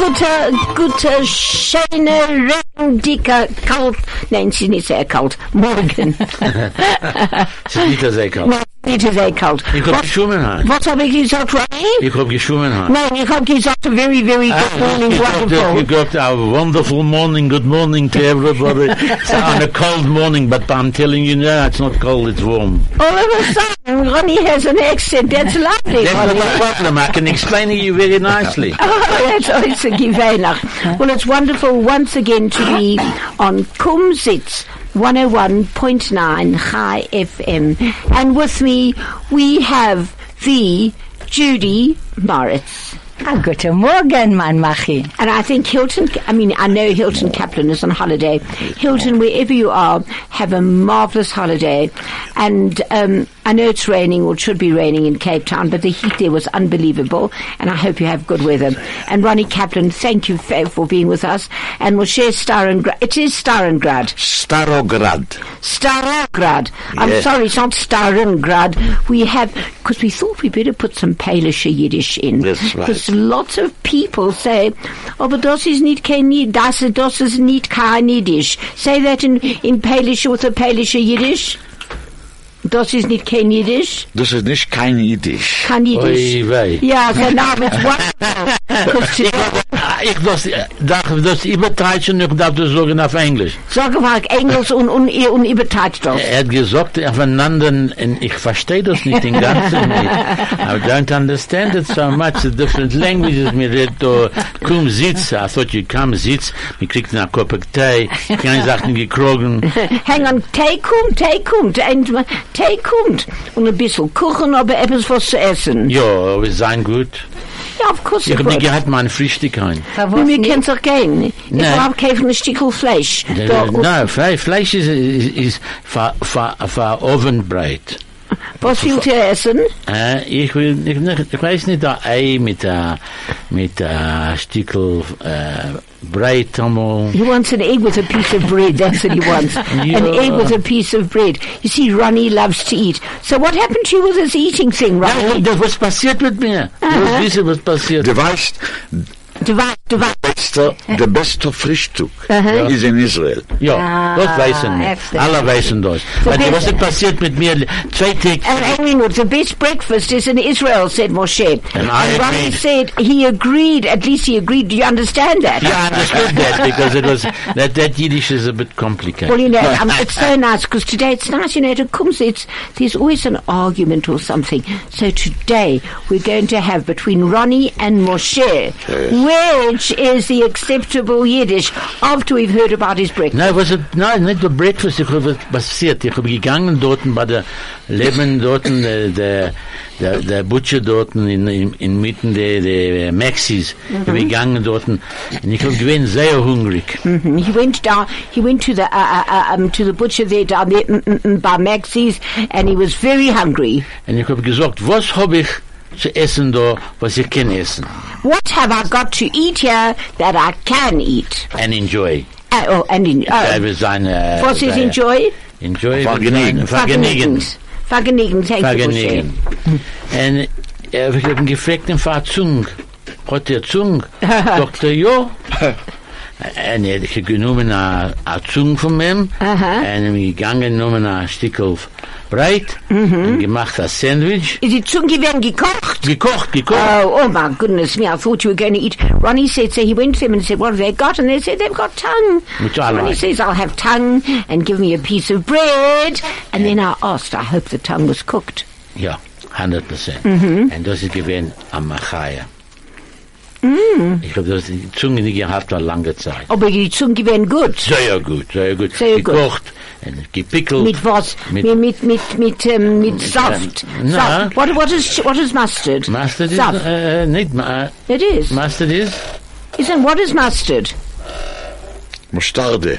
guter, guter, schöner, regendicker, kalt, nein, es ist nicht sehr kalt, morgen. Es ist nicht so sehr kalt. Nein, nicht sehr kalt. Ich hab geschwommen haben. Was habe ich gesagt, Ryan? Ich hab geschwommen haben. Nein, ich habe gesagt, very, very good morning, Ah, You wonderful. got a wonderful morning, good morning to everybody. It's on a cold morning, but I'm telling you now, it's not cold, it's warm. All of a sudden, Ronnie has an accent, that's lovely. That's Ronnie. not a problem, I can explain it you very nicely. Oh, that's always a Geweihnacht. Well, it's wonderful once again to be on Kumsitz 101.9 High FM. And with me, we have the Judy Moritz. Ah, guten Morgen, mein Machi. And I think Hilton, I mean, I know Hilton Kaplan is on holiday. Hilton, wherever you are, have a marvelous holiday. And um, I know it's raining, or it should be raining in Cape Town, but the heat there was unbelievable. And I hope you have good weather. And Ronnie Kaplan, thank you fa- for being with us. And we'll share Stalingrad. It is Stalingrad. Starograd. Starograd. I'm Yes. sorry, it's not Stalingrad. We have, because we thought we better put some Polish or Yiddish in. That's right. Because lots of people say, oh, but das ist nicht kein Yid- das, das ist nicht kein Yiddish. Say that in, in Polish with a Polish or Yiddish. Das ist nicht kein Yiddish, Das ist nicht kein Jiddisch. kein Yiddish. Oi, wei. Yeah, so now it's wonderful. 'Cause today- Ah, Ich das, darf das übertreiben, ich darf das sagen auf Englisch. Sag mal, Englisch und, und, und überteilt das. Er hat gesagt, aufeinander, und ich verstehe das nicht den ganzen nicht. I don't understand it so much, the different languages, mir redet, oh, komm sitz, I thought you come sitz, mir kriegt einen Kopf Tee, keine Sachen gekrogen. Hang on, Tee kommt, Tee kommt, und Tee kommt. Und ein bisschen Kuchen, aber etwas was zu essen. Ja, aber sein gut. Ja, of course Ich it hab nicht would. gehabt mein Frühstück ein. Nun, ihr kennt doch gehen. Ich Nee. habe kein Stückel Fleisch. Da- Nein, Fle- Fleisch ist, ist, ist ver, ver, ver ovenbreit. Was fehlt ihr essen? Äh, ich will ich, nicht- ich weiß nicht, da Ei mit der mit der Stickel äh, Breitammel. He wants an egg with a piece of bread. That's what he wants. An Yeah. egg with a piece of bread. You see, Ronnie loves to eat. So what happened to you with this eating thing, Ronnie? Das, Oh, was passiert mit mir? Du Aha. musst wissen, was passiert. Du weißt, Divide, divide. bester, der beste Frühstück Aha. ist in Israel. Ja, das weißen heftig. wir. Alle weißen das. Weil bitte. was ist passiert mit mir? Zwei Tage. And hang on, uh, the best breakfast is in Israel, said Moshe. And I Ronnie agreed. said he agreed. At least he agreed. Do you understand that? Yeah, I understood that because it was that that Yiddish is a bit Well, complicated. you know, um, it's so nice because today it's nice, you know, it comes, it's, there's always an argument or something. So today we're going to have between Ronnie and Moshe, which is the acceptable Yiddish after we've heard about his breakfast. Nein, was it, nein, nicht der Breakfast, ich habe passiert. Ich habe gegangen dort bei der Leben dort, äh, der, der, der Butcher dort in, in, inmitten der, der Maxis. Ich habe gegangen dort und ich habe gewesen sehr hungrig. Mhm. He went down, he went to the, uh, uh, uh, um, to the butcher there down there mm, mm, mm, by Maxie's and he was very hungry. Und ich habe gesagt, was habe ich zu essen da, was ich kann essen? What have I got to eat here that I can eat? And enjoy. Uh, oh, and in, Da oh, wird sein, äh, what is sein- enjoy? Enjoy. Vergnügen. wird sein- Vergnügen. Vergnügen, thank you, Moshe. Vergnügen. Und er hat ihn gefragt, den Pfarrer Zung. Hat er Zung? Doktor, ja. Und er hat genommen eine Zung von ihm Aha. und ihm gegangen, genommen ein Stück auf Breit Mhm. und gemacht ein Sandwich. Is it Zungi werden gekocht? Gekocht, gekocht. Oh, oh my goodness me, I thought you were going to eat. Ronnie said, so he went to them and said, what have they got? And they said, they've got tongue. Which I Ronnie like. says, I'll have tongue and give me a piece of bread. And then I asked, I hope the tongue was cooked. Ja, 100 Prozent. Und das ist gewesen am Machaya. Ich habe das die Zunge nicht gehabt, eine lange Zeit. Aber die Zungi werden gut. Sehr gut, sehr gut. Sehr gut. gekocht und gepickelt. Mit was? Mit, Mit- mit, mit, mit, ähm, mit Saft. ähm, na. Saft. What, what is, what is mustard? Mustard is Saft. uh, nicht ma it is. mustard is Isn't, what is mustard? Mustarde.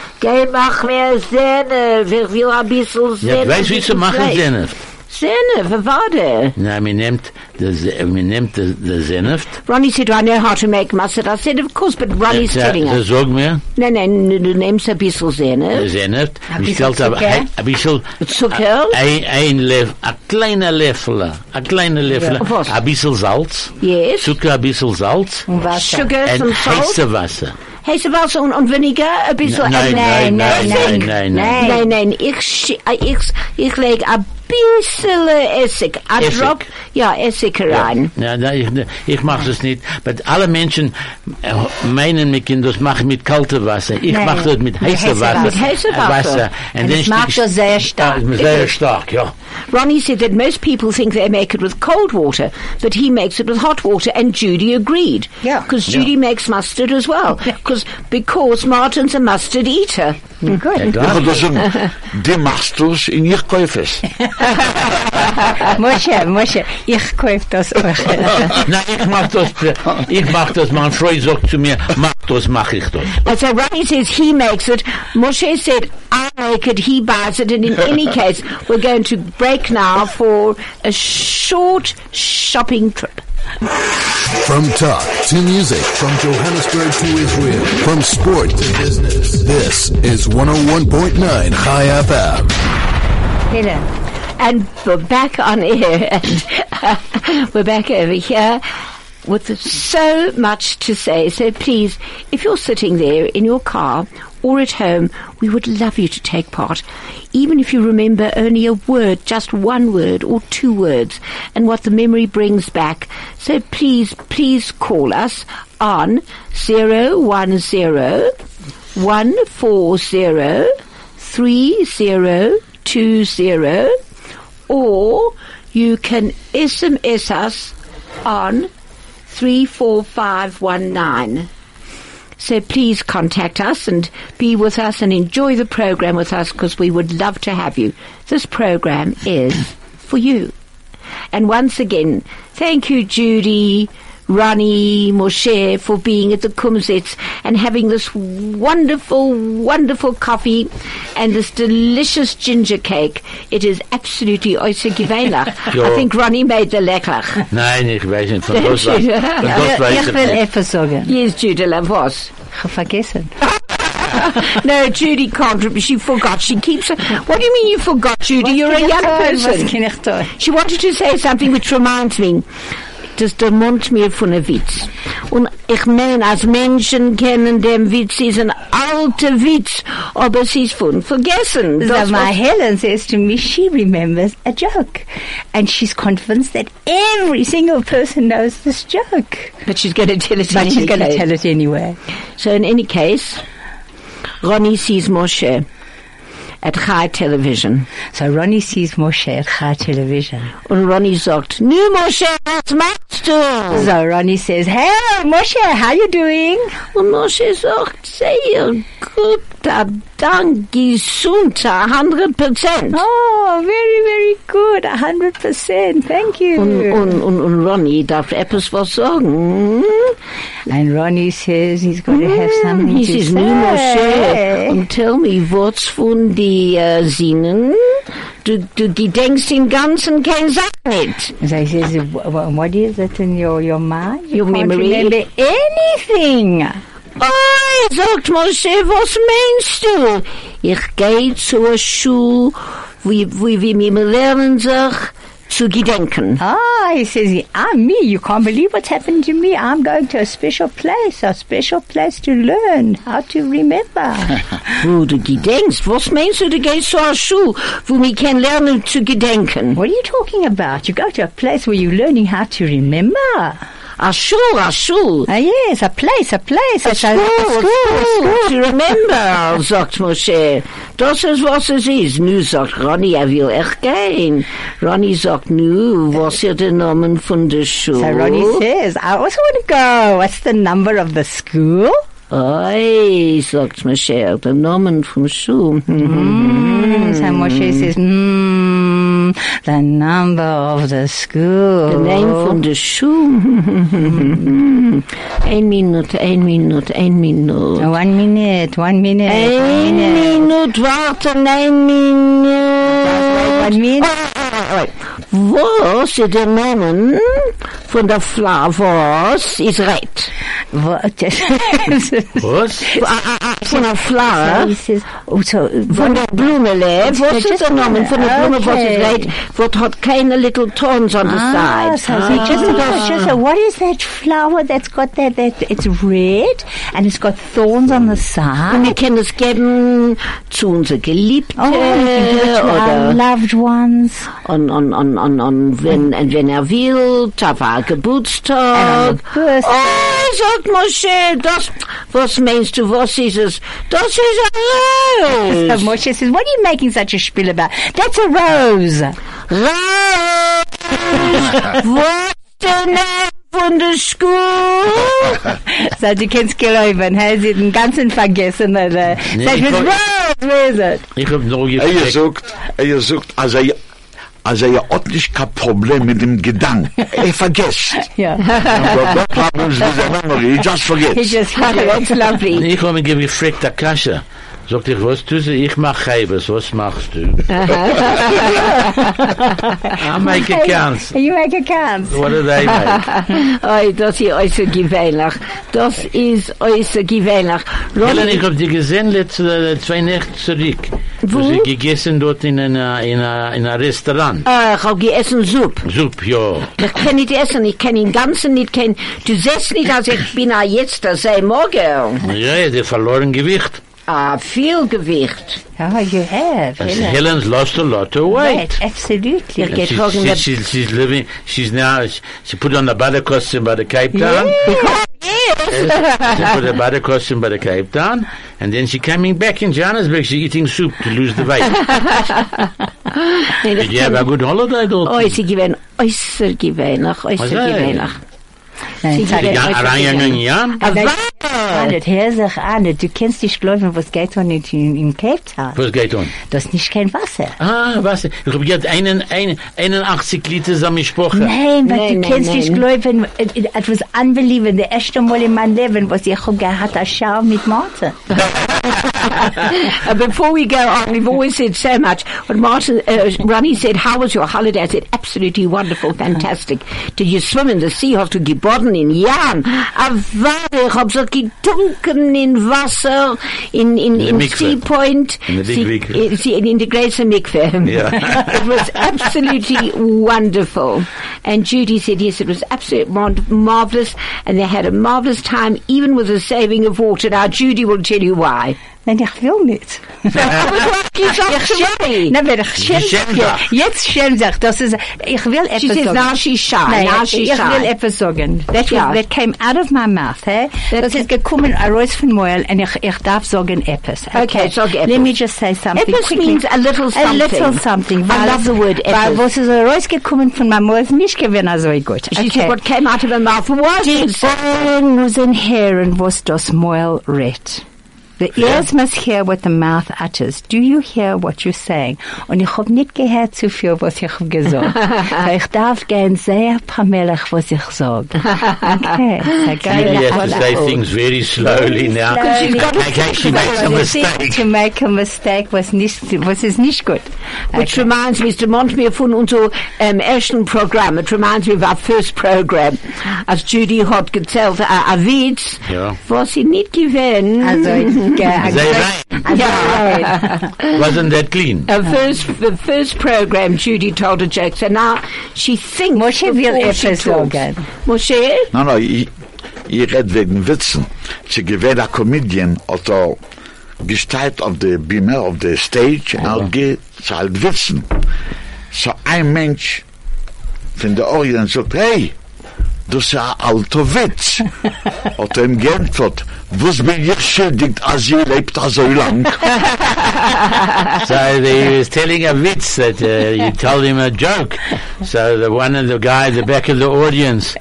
geh mach mehr Senf, ich will ein bisschen Senf. Ja, weißt du, wie zu machen, Senf? Senf, warte. Na, mir nimmt, der Se- mir nimmt der- der Senf. Ronnie said, do I know how to make mustard? I said, of course, but Ronnie's Der- kidding Der us. sagt mir, No, no, no, du nimmst ein bisschen der Senf. Senf, Ein ich bisschen stellt aber Zucker. ein ein bisschen, Zucker? ein, ein Löffel, ein kleiner Löffel, ein kleiner Löffel, Ja. Was? ein bisschen Salz, Yes. Zucker, ein bisschen Salz, Und Wasser. Sugar, some und salt. heißes Wasser. Heiße Wasser und, und Vinegar, ein bisschen. Nein, nein, nein, nein, nein, nein. Nein, nein, ich, schi- äh, ich, ich leg ein bisschen eh, Essig. Ein Essig. Drop, ja, Essig rein. Ja, ja, ich, ich mache das nicht. Weil alle Menschen äh, meinen, mit Kindern, das mache ich mit kaltem Wasser. Ich Nein. mache das mit Mit heißem heißem Wasser. Wasser. Mit heißem Äh, Wasser. Und Und dann es macht stieg- das sehr stark. Ja, Sehr stark, ja. Ronnie said that most people think they make it with cold water, but he makes it with hot water, and Judy agreed. Yeah. Because Judy makes mustard as well. Cause, because Martin's a mustard eater. Gut. Ich würde sagen, die machst du's und ich kauf es. Moshe, Moshe, ich kauf das euch. Nein, ich mache das, äh, ich mache das, mein Freund sagt zu mir, mach das, mache ich das. And so Ronnie says he makes it. Moshe said, I make it, he buys it. And in any case, we're going to break now for a short shopping trip. From talk to music, from Johannesburg to Israel, from sport to business. This is 101.9 High FM. Helen, And we're back on air. And we're back over here with so much to say. So please, if you're sitting there in your car or at home, we would love you to take part. Even if you remember only a word, just one word or two words, and what the memory brings back. So please, please call us on 010 140 3020 or you can SMS us on 34519. So please contact us and be with us and enjoy the program with us because we would love to have you. This program is for you. And once again, thank you, Judy, Ronnie, Moshe, for being at the Kumsitz and having this wonderful, wonderful coffee and this delicious ginger cake. It is absolutely oisegivelach. Ja. I think Ronnie made the leklach. Nein, ich weiß nicht, von das, Sehr weiß- von schön. das weiß ich ich will nicht. etwas sagen. Yes, Judy love was. Ich habe vergessen. No, Judy can't. rem- She forgot. She keeps. What do you mean you forgot, Judy? You're a young person. Was kann ich tun? She wanted to say something which reminds me. Das der Mund mir von einem Witz. Und ich meine, als Menschen kennen den Witz, ist ein alter Witz, aber es ist von vergessen. So Das my war Helen says to me, she remembers a joke. And she's convinced that every single person knows this joke. But she's going to tell it But she's going to tell it anyway. So in any case, Ronnie sees Moshe at High Television. So Ronnie sees Moshe at Chai Television. Und Ronnie sagt, Nu Moshe, was machst du? So Ronnie says, hey, Moshe, how you doing? Und Moshe sagt, sehr gut, da dank, gesunter, 100 Prozent. Oh, very, very good. 100%. Thank you. Und, und, und, und Ronny darf etwas was sagen. and Ronnie says he's going to have something Mm, He to says, say. "Nu, Moshe, and tell me, what's von die äh, Sinnen? Du, du gedenkst im Ganzen kein Sack nicht. So he says, "Wh- wh- what is it in your, your mind? You Your can't memory." remember anything. Oh, sagt Moshe, was meinst du? Ich gehe zur Schule, wie, wie, wie wir lernen sich zu gedenken. Ah, he says, I'm me. You can't believe what's happened to me. I'm going to a special place, a special place to learn how to remember. Wo du gedenkst, was meinst du, du gehst zu einer Schule, wo wir können lernen zu gedenken? what are you talking about? You go to a place where you're learning how to remember. Eine Schule, eine Schule. Ah, yes, a place, a place. It's School, school, to remember, sagt Moshe. Das ist, was es ist. Nu sagt Ronny, er will echt gehen. Ronny sagt, nu, was ist der Name von der Schule? So Ronnie says, I also want to go. What's the number of the school? Oi, sagt Moshe, der Name von Schule. Mm. So Moshe says, mm, name, the number of the school. The name from the shoe. Eén minuut, één minuut, één minuut. One minute, one minute. Eén one minute. minuut, wachten, één minuut. One minute. Was is de namen van de flowers is red. What? Was? Ah, Van de flower, oh, so, van de bloemenleef. Wat is de namen van de bloemen was is Okay. red? Wat had kleine little thorns on the Ah, side. so it's just, it's just a- what is that flower that's got that, that it's red and it's got thorns on the Und wir side? können es geben zu unseren Geliebten Oh, you give it to our oder loved ones. und, und, und, und, und wenn, und wenn er will, da war Geburtstag. Ähm, Geburtstag. Oh, sagt Moshe, das, was meinst du, was ist es? Das ist So ein Rose. Moshe says, what are you making such a spiel about? That's a rose. Rose. was der Name von der Schule? so du kannst geläufen, hey, sie den ganzen vergessen. Oder? Nee, Sag, ich was glaub- rose, where is it? Ich hab noch Er gefragt. sagt, er sagt, als er, als er hat nicht kein Problem mit dem Gedanken. Er vergisst. Yeah. No problems with the memory, he just He forgets. just, it's lovely. Ich hab ihn gefragt, der Kasche. Sagt ich, was tust du? Ich mach Heibes, was machst du? Ah, I make a chance. You make a count. What did I make? Oi, das ist äußer gewöhnlich. Das ist äußer gewöhnlich. Helen, ich hab die gesehen letzte äh, zwei Nächte zurück. Wo? Sie gegessen dort in einer, in einer, in einer Restaurant. Äh, ich hab geessen Suppe. Sup, ja. Ich kann nicht essen, ich kann den ganzen nicht kennen. Du siehst nicht, als ich bin ah jetzt, das sei morgen. Ja, ja, die verloren Gewicht. Ah, viel Gewicht. Oh, you have. Also you know. Helen's lost a lot of weight. Right, absolutely. You're And Get she's- talking she's, about- she's, she's living, she's now, she, she put on a body costume by the Cape Town. Yes. she put a body costume by the Cape Town. And then she coming back in Johannesburg, she's eating soup to lose the weight. Nee, das Did you have a good holiday, kann- dort? Äußer gewöhnlich, äußer gewöhnlich, äußer Was sei? gewöhnlich. Nein, Sie Ja, gewöhnlich, reingegangen, äußer ja? gewöhnlich. Arnold, hör sich an, du kennst dich glauben, was geht on in, in, in Cape Town. Was geht on? Das ist nicht kein Wasser. Ah, was? Ich habe gehört, einen, einen, 81 Liter Sammischproche. Nein, was Nein, du nein, kennst dich äh, nein. glauben, it, it, it was unbelievable, der erste Mal in meinem Leben, was ich hab gehabt habe, Schau mit Martin. Uh, before we go on, we've always said so much. When Martin, uh, Ronnie said, "How was your holiday?" I said, "Absolutely wonderful, fantastic. Did you swim in the sea? Hast du gebaden in Jan? Aber ich hab so getrunken in Wasser in in the in, mikve. Sea Point. In the big See- mikve. uh, see, in the Grazer Mikve. Yeah. it was absolutely wonderful. And Judy said, "Yes, it was absolutely mar- marvelous, and they had a marvelous time, even with the saving of water." Now Judy will tell you why. Nein, ich will nicht. Aber du hast gesagt, Sherry. Nein, wenn ich schäme schämt sich, sich. jetzt schäme sich, das ist, ich will etwas She says, sagen. now she's shy, Nein, now ich she's will shy. etwas sagen. That, was, Ja. that came out of my mouth, hey? Das ist gekommen raus von Moel und ich, ich darf sagen etwas. Okay, sag etwas. Let me just say something. Etwas quickly. means a little A something. little something. I weil- love the word Weil etwas. was ist rausgekommen von meinem Moel ist nicht gewesen, also gut. She said, what came out of her mouth was Die it? Ohren müssen hören, was das Maul redet. The ears must hear what the mouth utters. Do you hear what you're saying? Und ich hab nicht gehört zu viel, was ich hab gesagt. so ich darf gehen sehr pammelig, was ich sag. Okay. so go You now. have to say things very slowly now. Slowly. In case she makes a Because I think To mistake. make a mistake was nicht, was ist nicht gut. Which reminds me, it reminds me of unser um, ersten Programm. It reminds me of our first program. As Judy hat gezählt, a, a Witz, Ja. was sie nicht gewöhnt. Also, ich, They ja, rhyme. ja. Wasn't that clean? Her first, the first program, Judy told a joke, so now she thinks Moshe will before she etwas talks. sagen. Moshe? No, no, ich, ich red wegen Witzen. Sie gewählt a Comedian, also gestalt auf der Bühne, auf der Stage, und er geht zu halt Witzen. So ein Mensch von der Orient sagt, hey, das ist ein alter Witz. Hat er ihm geantwortet, was bin ich schuldig, als ihr lebt so lang? So they was telling a witz that uh, you told him a joke. So the one of the guy at the back of the audience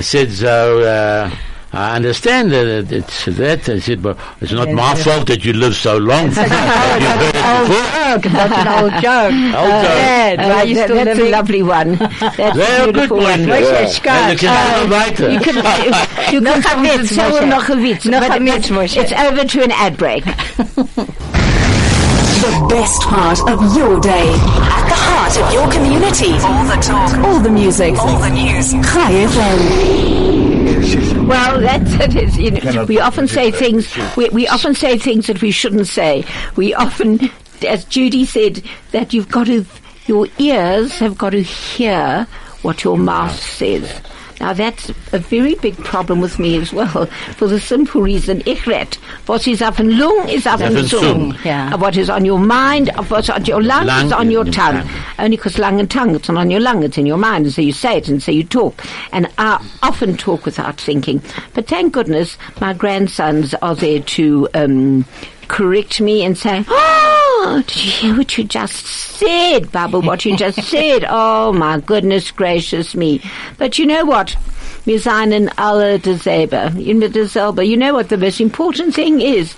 said, so uh, I understand that it's that, I said, but it's not my fault that you live so long. You've heard Oh, it before. Old joke. That's an old joke. Old joke. Dad, Uh, why are you that- still that's a living? lovely one. That's a Very good beautiful one. one. Yeah. Moshe, And you Scott. Um, can go weiter. um, You could, you could Nog een wit, tell Moshe. him nog a wit. Nog but een wit, it's- Moshe. It's over to an ad break. The best part of your day. At the heart of your community. All the talk. All the music. All the news. Hi FM. Well, that's it. Is, you know, we often say things. We, we often say things that we shouldn't say. We often, as Judy said, that you've got to, your ears have got to hear what your mouth says. Now that's a very big problem with me as well, for the simple reason, ich red, what is up and lung is up and and sung. sung. Yeah. What is on your mind, of what's on your lung, Lung is on your and tongue. tongue. Only 'cause lung and tongue, it's not on your lung, it's in your mind, and so you say it, and so you talk. And I often talk without thinking. But thank goodness my grandsons are there to um, correct me and say, Oh, did you hear what you just said, Bubble? What you just said? Oh, my goodness gracious me. But you know what? Wir seinen alle dasselbe. In mit dasselbe. You know what the most important thing is?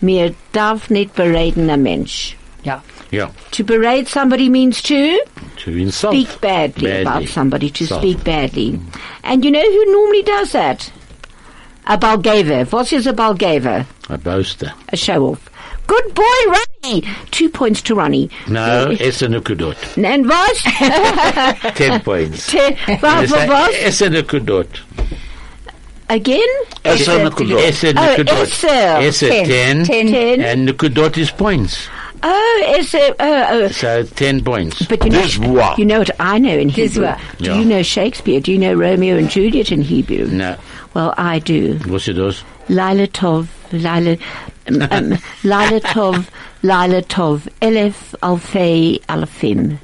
Mir darf nicht bereden ein Mensch. Yeah. Yeah, To berate somebody means to to insult. speak badly, Oh. Badly. about somebody, to So. speak badly. And you know who normally does that? A Bulgaver. What is a Bulgaver? A boaster. A show off. Good boy, Ronnie! Two points to Ronnie. No, it's a nukudot. And was? Ten points. It's a- was? It's a nukudot. Again? It's a nukudot. It's a Oh, nukudot. Eser. It's a Ten. ten. Ten. Ten. And nukudot is points. Oh, Eser. Oh, oh. So ten points. But you know, This war. you know what I know in Hebrew. what? Do Yeah. you know Shakespeare? Do you know Romeo and Juliet in Hebrew? No. Well, I do. What's it does? Laila Tov, Laila, um, um, Laila Tov, Laila Tov, Elef Alfei Alafim.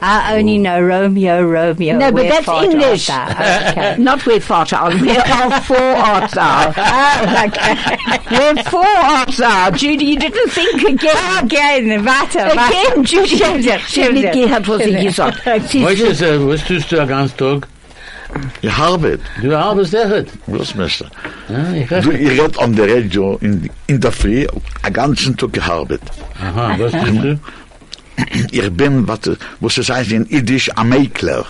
I only know Romeo, Romeo. No, but where that's Father English. Uh, art thou. Okay. Not where Fata are, where all four art thou. oh, okay. Where four art thou. Judy, you didn't think again. Again, weiter, weiter. Ah, Again, Judy. Stimmt ja, stimmt ja. Nikki hat was sie gesagt. Sie- What is eh, a, was tust du a ganz Tag? Ich habe Du halbes Dechet. Großmeister. Ah, ich Du, weiß. ihr redet an der Radio in, in der Früh, den ganzen Tag gearbeitet. Aha, dus was tust du? Ich bin, was, was es heißt in Yiddish, ein Mäkler.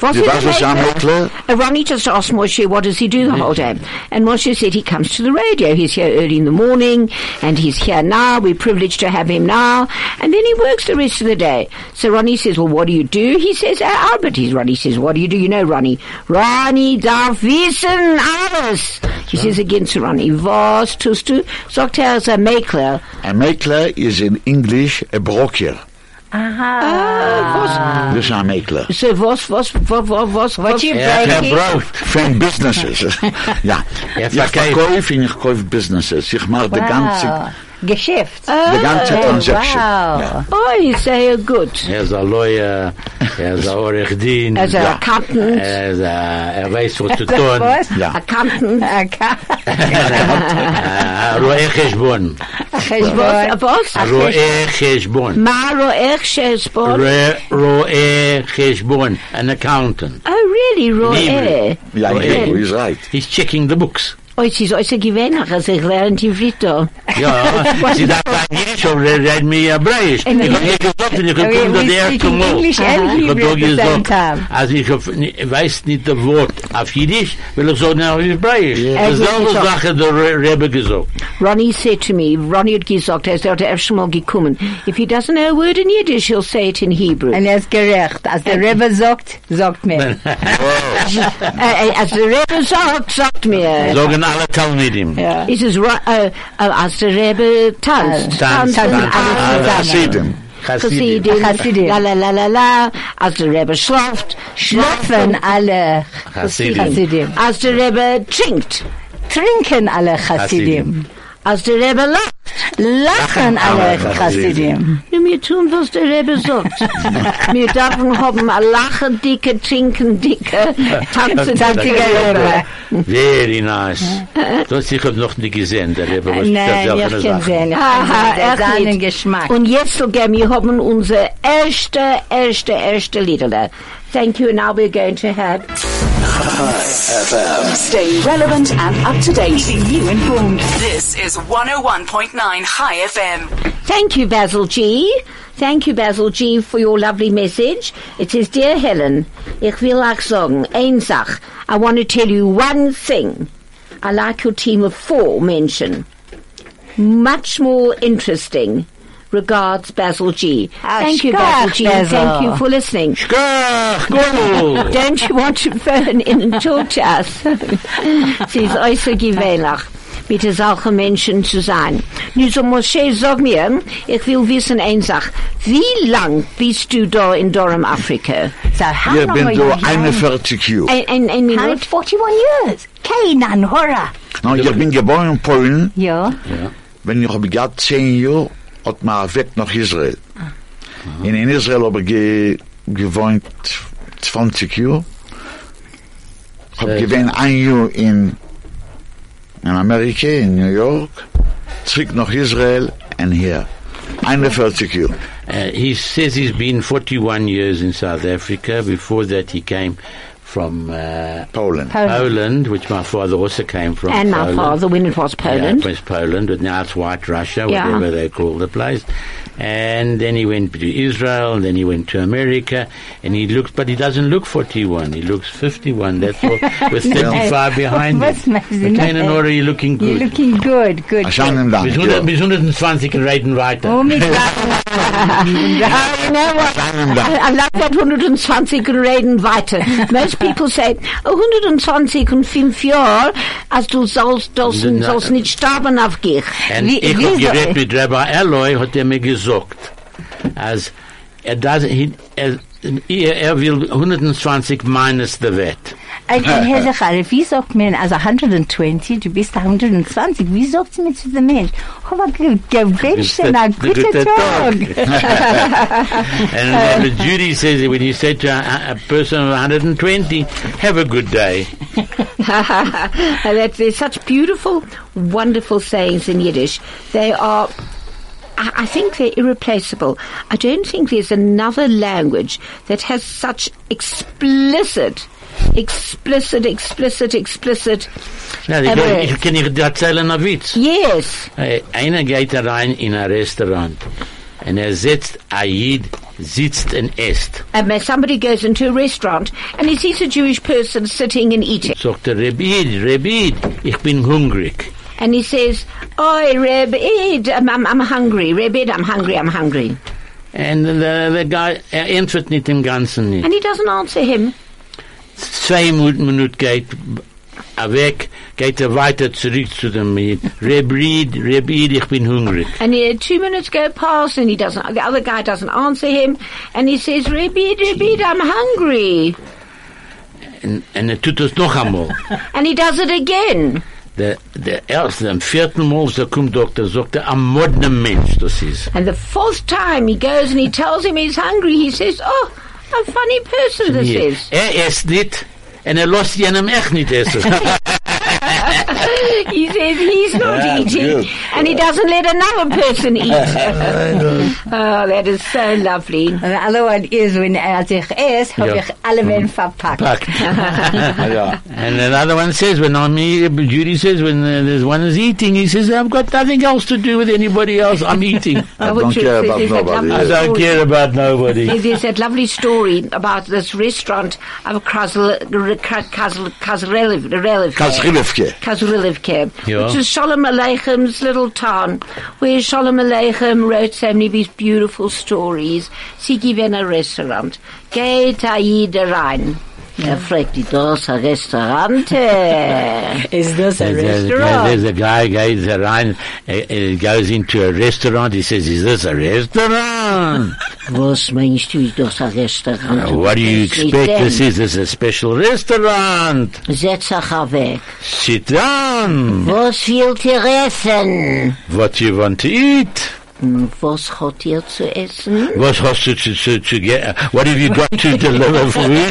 Was Du he weißt, was the ein maker? Mäkler? Uh, Ronnie just asked Moshe, what does he do the whole day? And Moshe said he comes to the radio. He's here early in the morning, and he's here now. We're privileged to have him now. And then he works the rest of the day. So Ronnie says, well, what do you do? He says, uh, Albert, he's Ronnie says, what do you do? You know, Ronnie. Ronnie darf wissen alles. He says again to Ronnie, was tust du? Sagt er, als ein Makler. Ein Mäkler ist in English a broker. Dus Was, Das ist ein Mäkler. so was, was, was, was, was, was, you Er break it? verbraucht. From businesses. ja. Er ich verkauft. verkaufe und ich kaufe businesses. Ich mache die ganze, Wow. Ah, Geschäft. die ganze Oh, Transaction. wow. Ja. oh, he's so good. Er ist ein Lawyer, er ist ein Orechdin. As an accountant. Er ist ein, er weiß, was zu tun. Was? Ah, Ja. Accountant. אה, רואה חשבון. Was, Geschäft. was? רואה חשבון. Ma roer cheshbon. רואה- רואה חשבון. E. An accountant. E. Oh, really, roer. Libri. Oh, Ja, Roer. Gregor is right. He's checking the books. Oh, sie ist also gewähnt, als ich während die Frito. Ja, sie darf Englisch, aber er redet mir Hebräisch. Ich habe nicht gesagt, wenn ich gekommen bin, der erste speaking Mal. English and Ich habe Hebrew doch at the same time. gesagt, also ich hab- ich weiß nicht das Wort auf Jiddisch, weil ich so nach Hebräisch. Das Also, ist eine ich hab- Sache, der Re- Rebbe gesagt. Ronnie said to me, Ronnie had gesagt, er sollte erst schon mal gekommen. If he doesn't know a word in Yiddish, he'll say it in Hebrew. Und er ist gerecht. Als Äh. der Rebbe sagt, sagt mir. Äh, äh, als der Rebbe sagt, sagt mir. Sagen alle Talmidim. Ja. Ist es, Ro- äh, äh, als der Rebbe tanzt. Tanz, Tanzen tanz, Ah, alle tanz. zusammen. Chassidim. Chassidim. Chassidim, Chassidim. la la la la la, als der Rebbe schlaft, Schlafen alle Chassidim. Chassidim. als der Rebbe trinkt, Trinken alle Chassidim. als der Rebbe lacht. Lachen alle alle Chassidim. Ja, wir tun, was der Rebbe sagt. wir dürfen haben ein Lachen, dicke, trinken, dicke, tanzen, dicke Rebbe. Very nice. Das ich hab noch nie gesehen, der Rebbe. was Nein, das ich ist kann eine Sache. sehen. Ich Aha, kann sehen, Also der echt seinen nicht. Geschmack. Und jetzt, okay, wir haben unser erste, erste, erste Liederle. Thank you, now we're going to have... Stay relevant and up to date. Keeping you informed. This is 101.9 High FM. Thank you, Basil G. Thank you, Basil G, for your lovely message. It says, Dear Helen, ich will euch sagen, eins Sach. I want to tell you one thing. I like your team of four mention. Much more interesting. Regards, Basil G. Ah, Thank you, schkach, Basil G. and Thank Basil. you for listening. Schkach, go! Don't you want to phone in and talk to us? Sie ist äußerst gewöhnlich, mit solchen Menschen zu sein. Nun so Moshe, sag mir, ich will wissen eine Sache. Wie lang bist du da in Durham, Afrika? So how Ich long bin are so you young? 41 Jahre. Ein, ein, ein Minute? 141 years. Keinen Horror. No, ich bin Nou, geboren in Polen. Ja. Wenn ich habe gehabt 10 Jahre, hat man weg nach Israel. In, in Israel habe ich ge, gewohnt 20 Jahre. Ich habe Sehr gewohnt ein Jahr in, in Amerika, in New York, zurück nach Israel und hier. 41 Jahre. Uh, he says he's been 41 years in South Africa. Before that, he came from uh, Poland. Poland. Poland, which my father also came from. And my Poland. father, when it was Poland. Yeah, it was Poland, but now it's White Russia, Yeah. whatever they call the place. And then he went to Israel, and then he went to America, and he looks, but he doesn't look 41, he looks 51, that's all, with 35 behind Was him. meinst du? Keine Nora, you're looking You're good. looking good, good. Erscheinen Dank. Bis 100 bis 120 in Reiten weiter. Oh, my God. you know what? I, I love that 120 can reden weiter. Most people say, oh, 120 und fünf Jahre, als du sollst, sollst, Na- sollst nicht sterben auf dich. En Wie- ich wie habe soll- geredet mit Rabbi Eloy, hat er mir gesagt, als er, das, he- er, er, er will 120 minus the Wert. Und Herr Sachare, wie sagt man, also 120, du bist 120, wie sagt man zu dem Mensch? Oh, Aber ge- gewünscht Guten- dir einen guten guten Tag. And Rabbi Judy says that when you say to a, a person of 120, have a good day. and that there's such beautiful, wonderful sayings in Yiddish. They are, I I think they're irreplaceable. I don't think there's another language that has such explicit, explicit, explicit, explicit. Na, ich Aber- kann, ich kann dir erzählen einen Witz. Yes. Äh, Einer geht da rein in ein Restaurant und er setzt, Aid sitzt und isst. And when Um, somebody goes into a restaurant and he sees a Jewish person sitting and eating. Sagt der Rebid, Rebid, ich bin hungrig. And he says, Oi, Reb Id, I'm, I'm, I'm hungry. Reb Id, I'm hungry, I'm hungry. And the, the guy, er entfert nicht im Ganzen nicht. And he doesn't answer him. Zwei Minuten Minuten geht er weg, geht er weiter zurück zu dem Rebid. Rebid, Rebid, ich bin hungrig. And uh, two minutes go past, and he doesn't. The other guy doesn't answer him, and he says, "Rebid, Rebid, I'm hungry," Und, und er tut es noch einmal. and he does it again. Der, der erste, am vierten Mal, so kommt Doktor, sagt er, am modernen Mensch, das ist. And the fourth time, he goes and he tells him he's hungry. He says, "Oh, a funny person this Hier. is." Er esst nicht, und er lässt jenem echt nicht essen. He says he's not Yeah, eating, good. and he doesn't let another person eat. oh, that is so lovely. The other one is, when er sich isst, Ja. Mhm. hab ich alle Menschen verpackt. Packt. Ah, ja. er. And another one says, when I'm here, Judy says, when uh, there's one is eating, he says, I've got nothing else to do with anybody else, I'm eating. I Which don't is- care about is that Ah, nobody. I lovely don't story. care about nobody. There's- There's that lovely story about this restaurant of Kazl, Kazl, Kazrelev, Kasrilevke. Kazrilivke, Yeah. which is Shalom Aleichem's little town, where Shalom Aleichem wrote so many of his beautiful stories. Sie gehen a Restaurant. Geht a jeder rein. Er fragt die, das ist ein Restaurant. äh?" Is this a There's a, there's a guy goes around, uh, uh, goes into a restaurant. He says, "Is this a restaurant? Was meinst du, ist das ein Restaurant? what do you Sit expect? down. This is this is a special restaurant. Setz dich weg. Sit down. Was fehlt dir essen? What you want to eat? Hm, Was hat ihr zu essen? What hast du to, to, to get? What have you got to deliver for me?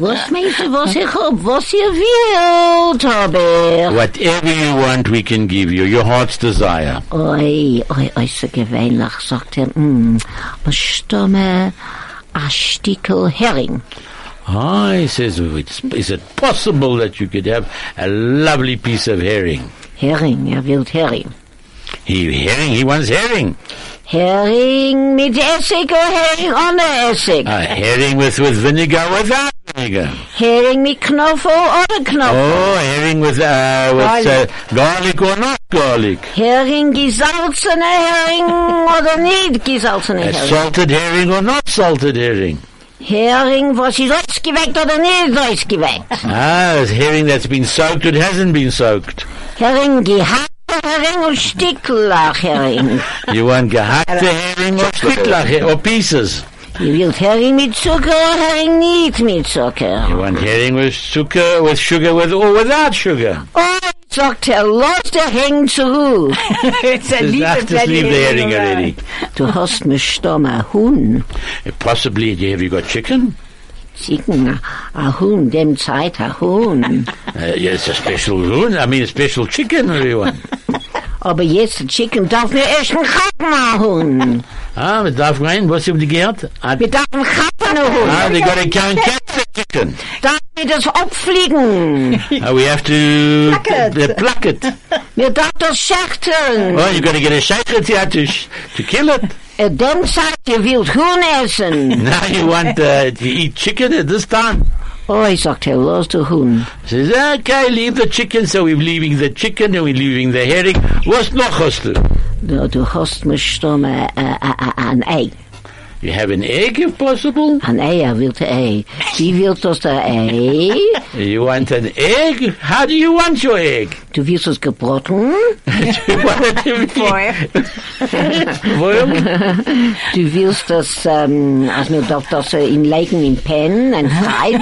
Was meinst du, was ich hab? Was ihr wollt, hab ich? Whatever you want, we can give you. Your heart's desire. Oi, oi, oi, so gewöhnlich, sagt er, mm, bestimme ein Stickel Hering. Ah, he says, "It's- is it possible that you could have a lovely piece of herring? Hering, er will Hering. He herring, he wants herring. Hering mit Essig oder Hering ohne Essig? A herring with, with vinegar without vinegar. Hering mit Knopf oder Knopf? Oh, herring with, uh, with uh, garlic or not garlic. Hering gesalzene Hering oder nicht gesalzene A Hering? salted herring or not salted herring. Hering, was ist ausgeweckt oder nicht ausgeweckt? Ah, it's herring that's been soaked, it hasn't been soaked. Hering gehackte Hering und Sticklach Hering. You want gehackte herring or stickler he- or pieces. Ihr wollt Hering mit Zucker oder Hering nicht mit Zucker? You want herring with sugar, with sugar, with or without sugar. Oh, sagt er, lass der Hering zurück. it's a Just have to leave the herring already. Uh, Du hast mich stumm, ein Huhn. Possibly, have you got chicken? Zicken, ein Huhn, dem Zeit, ein Huhn. Uh, yeah, it's a special roon. I mean, a special chicken, everyone. Aber jetzt, der Chicken darf mir erst einen Kappen, ein Huhn. ah, mit darf rein, was haben die gehört? Ah, Wir darf einen Kappen, ein ah, Huhn. they got to count the chicken. Darf mir das abfliegen. Ah, we have to Pluck it. uh, pluck it. Mir darf das schachteln. Oh, you got to get a shaker to, to, sh- to kill it. Äh, Dem Zeit, ihr wollt Huhn essen. Now you want uh, to eat chicken at this time. Oh, sagt er, lass der Huhn. Says, okay, leave the chicken. So we're leaving the chicken and we're leaving the herring. What's noch hostel? Du, du hast mich stumm, äh, äh, äh, ein Ei. You have an egg if possible. Ein Ei, er will ein Ei. Wie will das der Ei? You want an egg? How do you want your egg? Du willst es gebrochen? You want it to be boiled? Du willst das, ähm, also nur darf das äh, in Leichen in Pen, ein Freit.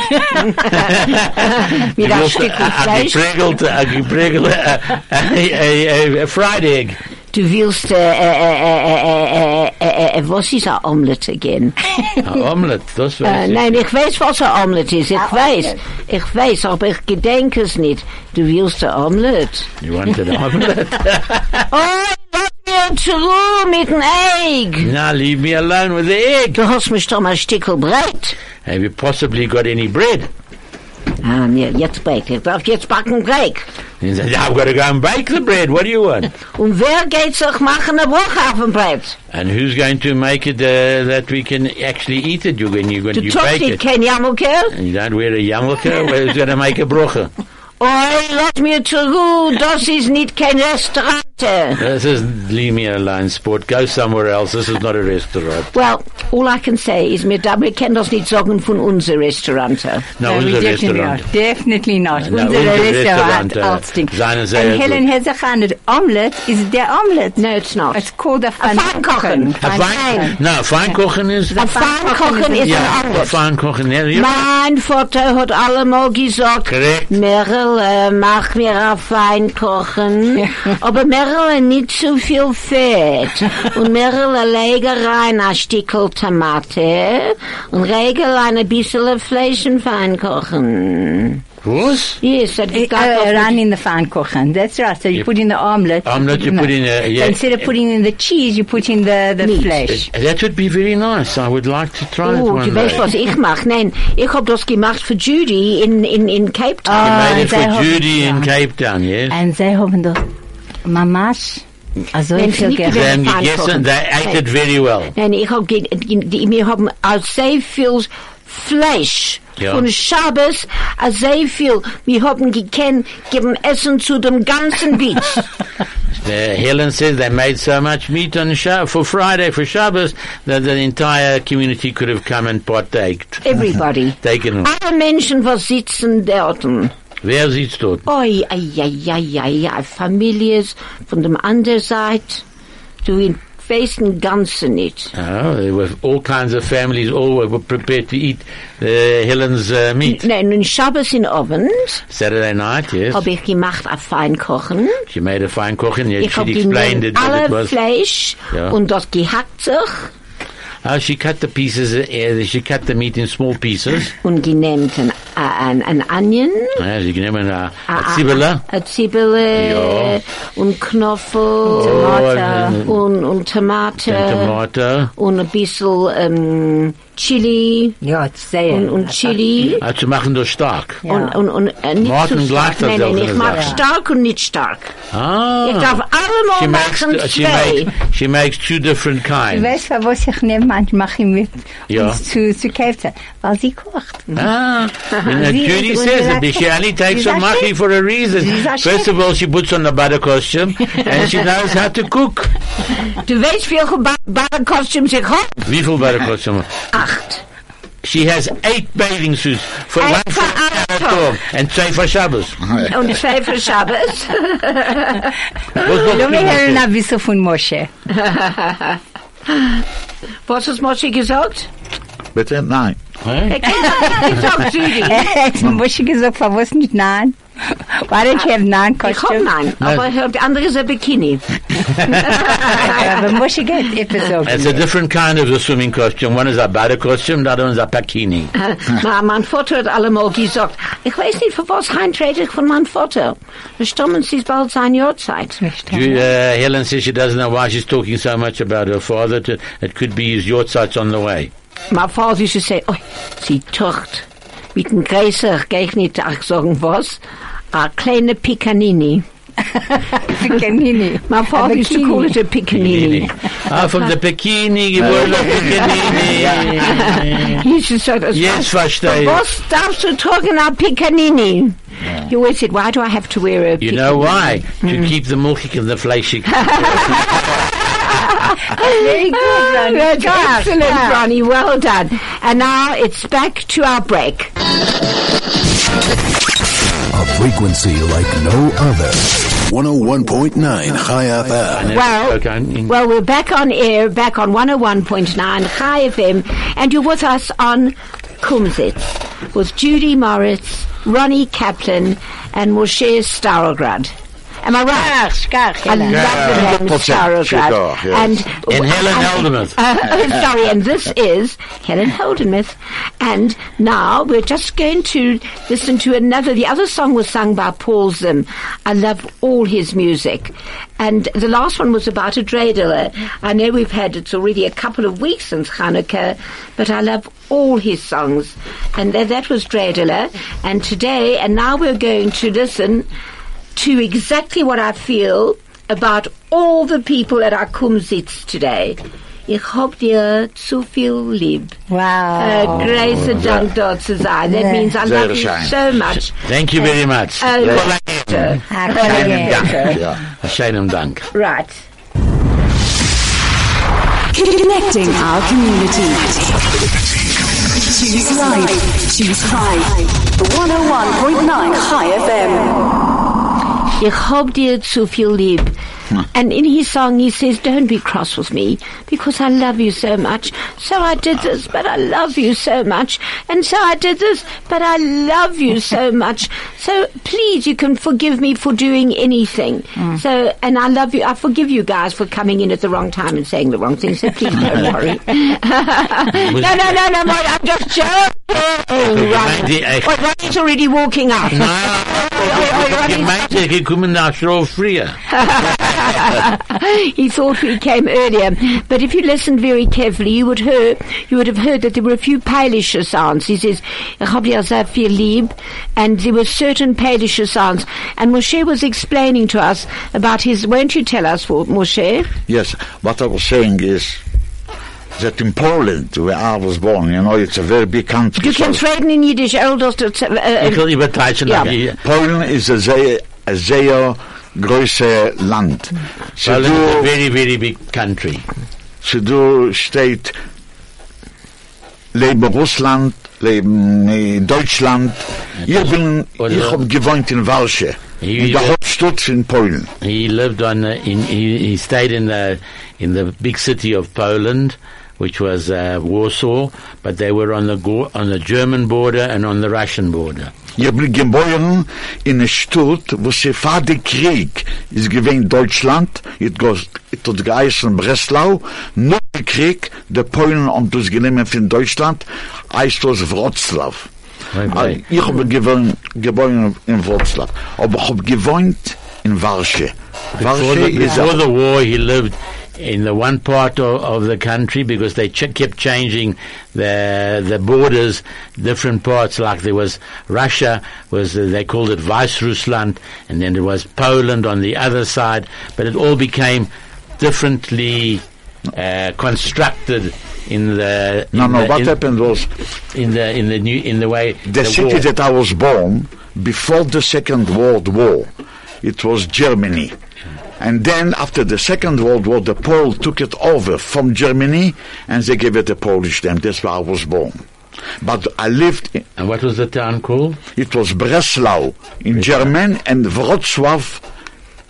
Mit You einem want Stück a- a- Fleisch. gepregelt- a gepregelt- a- a- a- a fried egg. Du willst, äh, äh, äh, äh, äh, äh, äh, äh, was ist ein Omelette again? An omelet, das Äh, weiß ich. nein, ich weiß, was ein Omelette ist. Ich weiß. Ich weiß, aber ich gedenke es nicht. Du willst ein Omelette. You want an omelet? Oh, lass mir zurück mit dem Egg. Now leave me alone with the egg. Du hast mich doch mal ein Stückel Brett. Have you possibly got any bread? Ah, nee, jetzt Brett. Ich darf jetzt backen Brett. He said, I've got to go and bake the bread. What do you want? Und wer geht sich machen ein Brochhafenbrett? And who's going to make it uh, that we can actually eat it? You when you when Du you tust bake nicht it. kein Jammelkerl? And you don't wear a yarmulke. well, who's going to make a brocha? Oi, lass mir zur Ruhe, das ist nicht kein Restaurant. This is leave me alone, sport. Go somewhere else. This is not a restaurant. Well, all I can say is, mir Double kann das nicht sagen von unser Restaurant. e. No, it's a definitely restaurant. not. Definitely not. No, Unser unser Restaurant, Restaurant, uh, Alsting. seine sehr And Helen has a hand. The omelet is their omelet. No, it's not. It's called a fun Pfannkuchen. uh, A fine, no, fine kochen is. Ein Pfannkuchen ist Yeah, ein anderes. fine kochen. Yeah, yeah. Mein Vater hat allemal gesagt, Correct. Merel, äh, mach mir ein Feinkochen, aber Merel, äh, nicht zu viel Fett. Und Merel, äh, lege rein ein Stückel Tomate und regel ein bisschen Fleisch in Feinkochen. Was? Yes, that Uh, is that- run in the pfannkuchen. That's right. So you, You- put in the omelet. Omelet, you put in a- yeah. Instead of putting in the cheese, you put in the the Meat. flesh. That would be very nice. I would like to try it Oh, one du weißt, day. was ich mache? Nein, ich hab das gemacht für Judy in, in, in Cape Town. You Ah, made it they for have- Judy in yeah. Cape Town, yes. And they have the mamash. Also Wenn ich sie viel nicht Geld. gewinnt- Then fine yes, kochen. and they ate it very well. Nein, ich hab, ge- die- wir haben auch sehr viel Fleisch Ja. von Schabes, auch sehr viel. Wir haben gekannt, geben Essen zu dem ganzen Beach. The Helen says they made so much meat on Shab- for Friday for Shabbos that the entire community could have come and partaked. Everybody. Taken. Alle Menschen, was sitzen dort. Wer sieht's dort? Oi, ei, ei, ei, ei, ei, Familien von dem anderen Seite. Du in festen Ganzen nicht. Oh, there were all kinds of families. All were prepared to eat uh, Helen's uh, meat. Nein, und Schabes in Abend Saturday night, yes. habe ich gemacht auf Feinkochen. She made a fine cooking. Yes, Ich habe she explained it. that it alle was. Fleisch Ja. und das gehackt sich. Oh, she cut the pieces. Uh, she cut the meat in small pieces. und genähmt ein, äh, ein, ein Onion, Uh, she can have a, a Ah, zwiebele. ein Zwiebele Ja. Oh. und Knoffel Tomate. und, und Tomate and tomato. und ein bisschen ähm, Chili Ja, it's there. und, und Chili. Ah, zu machen das stark. Ja. Und, und, und äh, nicht Morten zu stark. gleicht das Nein, auch, nein, wenn ich er mag sagt. stark und nicht stark. Ah. Ich darf allemal she makes, machen she, zwei. makes, she makes two different Du kinds. weißt, was ich nehme, manchmal mache ich mit Ja. uns zu, zu Kälte, weil sie kocht. Ah, and uh, Sie- Judy und says sie it, but sagt- she only takes sie a sagt machi Chef. for a reason. Sie sagt First Chef. of all, she puts on a butter costume, and she knows how to cook. Du weißt, wie viele Badenkostüms ich habe? Wie viel butter costume? Acht. She has eight bathing suits for Eight one for for Arafat. Arafat and two for Shabbos. Und zwei für Schabbat. What's Du wrong with mir you? ein bisschen von Moshe. Was hat Moshe gesagt? Bitte? Nein. Huh? Er hat gesagt, Judy. Hat Moshe gesagt, für was nicht nein? Why don't you have nine Ich hab costume? nein, aber ich hab die andere ist ein Bikini. Aber Moshe geht etwas It's so. a different kind of a swimming costume. One is a butter costume, the other one is a pakini. Na, mein Vater hat allemal gesagt, ich weiß nicht, für was Heinz redet von meinem Vater. Verstummen Sie es bald seine Jahrzeit. Ju- uh, Helen says she doesn't know why she's talking so much about her father. To, it could be his yortzeit's on the way. Mein Vater ist gesagt, oh, sie tocht. Mit dem Gräser geh ich nicht auch sagen was. A kleine Picanini. Pekanini. Mein Vater ist zu cool, der Bikini. Picanini. Ah, from the bikini, you were like bikini. He used to say, "Das Jetzt verstehe was- ich. Was darfst du tragen, a Picanini? You always said, why do I have to wear a You Picanini? know why? Hmm. To keep the milky and the fleischig. Oh, Very good, Ronnie. That's Gosh, excellent, yeah. Ronnie. Well done. And now it's back to our break. A frequency like no other. 101.9 High FM. Well, Okay, in- well, we're back on air, back on 101.9 High FM, and you're with us on Kumsitz with Judy Moritz, Ronnie Kaplan, and Moshe Starograd. Am I right? I love the name 100% Starograd. Shidduch, yes. And, And Helen Heldemuth. Uh, sorry, and this is Helen Holdenmuth. And now we're just going to listen to another. The other song was sung by Paul Zim. I love all his music. And the last one was about a dreidel. I know we've had, it's already a couple of weeks since Hanukkah, but I love all his songs. And tha- that was Dreidler. And today, and now we're going to listen to exactly what I feel about all the people at our Kumsitz today. Ich hab dir zu viel lieb. A Wow. grace and dank dort zu sein. That Oh. Yeah. means I Sehr love you schön. so much. Thank you very much. Oh, Ah, come Schönen again. Dank. Ja. Schönen Dank. Right. Connecting our community. Choose life. Choose high. 101.9 High FM. Ich hab dir zu viel lieb. And in his song he says, don't be cross with me because I love you so much. So I did this, but I love you so much. And so I did this, but I love you so much. So please, you can forgive me for doing anything. So, and I love you. I forgive you guys for coming in at the wrong time and saying the wrong thing. So please don't worry. no, no, no, no, Mike, I'm just joking. meinte Ronnie. echt. Well, Ronnie's already walking out. oh, Ich meinte, wir kommen nach Schrofrier. oh. he thought we came earlier. But if you listened very carefully, you would hear, you would have heard that there were a few Polish sounds. He says, "Ich hab dir sehr viel lieb," and there were certain Polish sounds. And Moshe was explaining to us about his. Won't you tell us, what, Moshe? Yes, what I was saying is that in Poland, where I was born, you know, it's a very big country. You can so threaten in Yiddish. Old uh, Ich will übertreiben. Ja. Poland is a sehr, a sehr große Land. So Poland is a du, very, very big country. so du steht, leben Russland, leben äh, Deutschland. Ich bin, Oder- ich hab gewohnt in Warschau, in der Ja. Hauptstadt in Polen. He lived on uh, in he, he stayed in the in the big city of Poland, which was uh, Warsaw, but they were on the go- on the German border and on the Russian border. Ich bin geboren in einer Stadt, wo sie vor dem Krieg ist gewesen Deutschland, it goes, it hat geheißen Breslau, nur der Krieg, der Polen und das genommen von Deutschland, heißt das Wroclaw. Okay. Also, Ich habe gewohnt, geboren in Wroclaw, aber ich habe gewohnt in Warschau. Before Warschau the, ist before the war, he lived in the one part of, of the country because they ch- kept changing the the borders, different parts. Like there was Russia, was uh, they called it Weißrussland, and then there was Poland on the other side. But it all became differently uh, constructed in the No, in no, the, what in, happened was in the in the new in the way the, city war- that I was born before the Second World War, it was Germany. And then after the Second World War, the Poles took it over from Germany and they gave it a Polish name. That's where I was born. But I lived, in, and what was the town called? it was Breslau in German and Wrocław